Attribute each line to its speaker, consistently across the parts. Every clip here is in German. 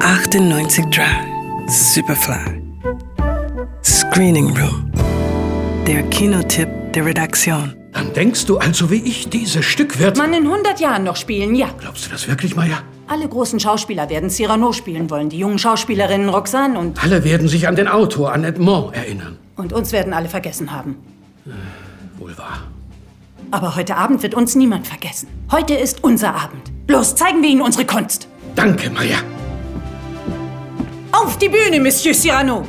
Speaker 1: 98 Drive, Superfly. Screening Room. Der Kinotipp der Redaktion.
Speaker 2: Dann denkst du also wie ich, dieses Stück wird...
Speaker 3: Man in 100 Jahren noch spielen, ja.
Speaker 2: Glaubst du das wirklich, Maya?
Speaker 3: Alle großen Schauspieler werden Cyrano spielen wollen, die jungen Schauspielerinnen Roxane und...
Speaker 2: Alle werden sich an den Autor, an Edmond, erinnern.
Speaker 3: Und uns werden alle vergessen haben.
Speaker 2: Wohl wahr.
Speaker 3: Aber heute Abend wird uns niemand vergessen. Heute ist unser Abend. Bloß zeigen wir ihnen unsere Kunst.
Speaker 2: Danke, Maya.
Speaker 3: Auf die Bühne, Monsieur Cyrano!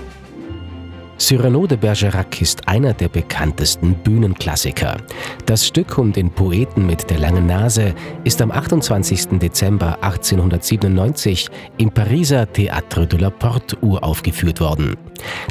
Speaker 4: Cyrano de Bergerac ist einer der bekanntesten Bühnenklassiker. Das Stück um den Poeten mit der langen Nase ist am 28. Dezember 1897 im Pariser Théâtre de la Porte uraufgeführt worden.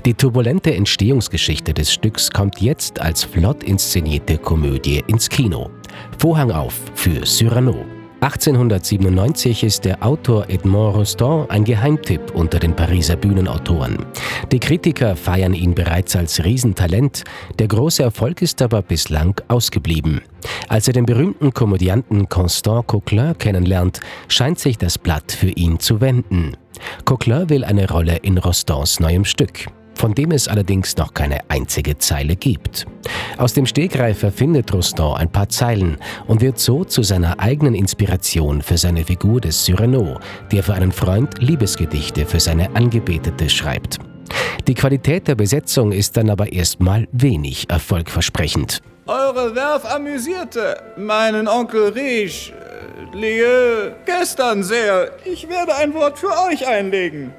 Speaker 4: Die turbulente Entstehungsgeschichte des Stücks kommt jetzt als flott inszenierte Komödie ins Kino. Vorhang auf für Cyrano. 1897 ist der Autor Edmond Rostand ein Geheimtipp unter den Pariser Bühnenautoren. Die Kritiker feiern ihn bereits als Riesentalent, der große Erfolg ist aber bislang ausgeblieben. Als er den berühmten Komödianten Constant Coquelin kennenlernt, scheint sich das Blatt für ihn zu wenden. Coquelin will eine Rolle in Rostands neuem Stück von dem es allerdings noch keine einzige Zeile gibt. Aus dem Stegreif erfindet Rostand ein paar Zeilen und wird so zu seiner eigenen Inspiration für seine Figur des Cyrano, der für einen Freund Liebesgedichte für seine Angebetete schreibt. Die Qualität der Besetzung ist dann aber erstmal wenig erfolgversprechend.
Speaker 5: Eure Werf amüsierte meinen Onkel Riesch, äh, Lieu, gestern sehr. Ich werde ein Wort für euch einlegen.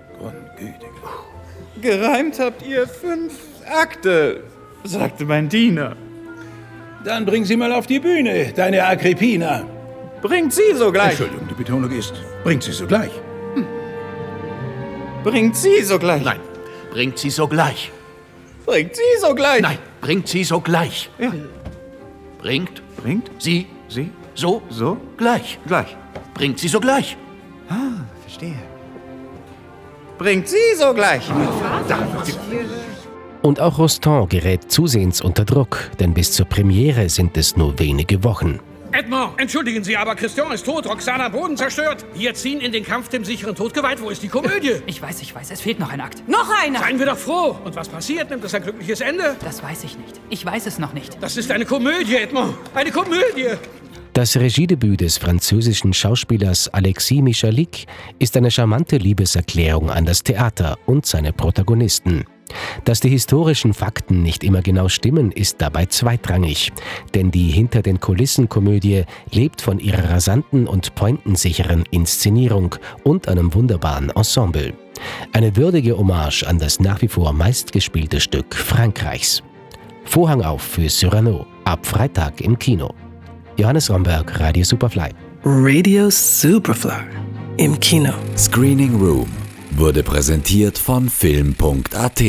Speaker 5: Gereimt habt ihr fünf Akte, sagte mein Diener.
Speaker 6: Dann bring sie mal auf die Bühne, deine Agrippina.
Speaker 5: Bringt sie sogleich. Hm.
Speaker 6: Entschuldigung, die Betonung ist, bringt sie sogleich.
Speaker 5: Bringt sie sogleich.
Speaker 7: Nein, bringt sie sogleich.
Speaker 5: Bringt sie sogleich.
Speaker 7: Nein, bringt sie sogleich.
Speaker 5: Ja.
Speaker 7: Bringt
Speaker 5: Bringt
Speaker 7: sie
Speaker 5: sie
Speaker 7: so
Speaker 5: so
Speaker 7: gleich.
Speaker 5: gleich.
Speaker 7: Bringt sie sogleich.
Speaker 5: Verstehe. Bringt sie sogleich.
Speaker 4: Und auch Rostand gerät zusehends unter Druck, denn bis zur Premiere sind es nur wenige Wochen.
Speaker 8: Edmond, entschuldigen Sie, aber Christian ist tot, Roxana Boden zerstört. Wir ziehen in den Kampf dem sicheren Tod geweiht. Wo ist die Komödie?
Speaker 9: Ich weiß, ich weiß, es fehlt noch ein Akt.
Speaker 3: Noch einer!
Speaker 8: Seien wir doch froh. Und was passiert? Nimmt es ein glückliches Ende?
Speaker 9: Das weiß ich nicht. Ich weiß es noch nicht.
Speaker 8: Das ist eine Komödie, Edmond. Eine Komödie.
Speaker 4: Das Regiedebüt des französischen Schauspielers Alexis Michalik ist eine charmante Liebeserklärung an das Theater und seine Protagonisten. Dass die historischen Fakten nicht immer genau stimmen, ist dabei zweitrangig, denn die hinter den Kulissen Komödie lebt von ihrer rasanten und pointensicheren Inszenierung und einem wunderbaren Ensemble. Eine würdige Hommage an das nach wie vor meistgespielte Stück Frankreichs. Vorhang auf für Cyrano, ab Freitag im Kino. Johannes Romberg, Radio Superfly.
Speaker 1: Radio Superfly. Im Kino.
Speaker 10: Screening Room wurde präsentiert von Film.at.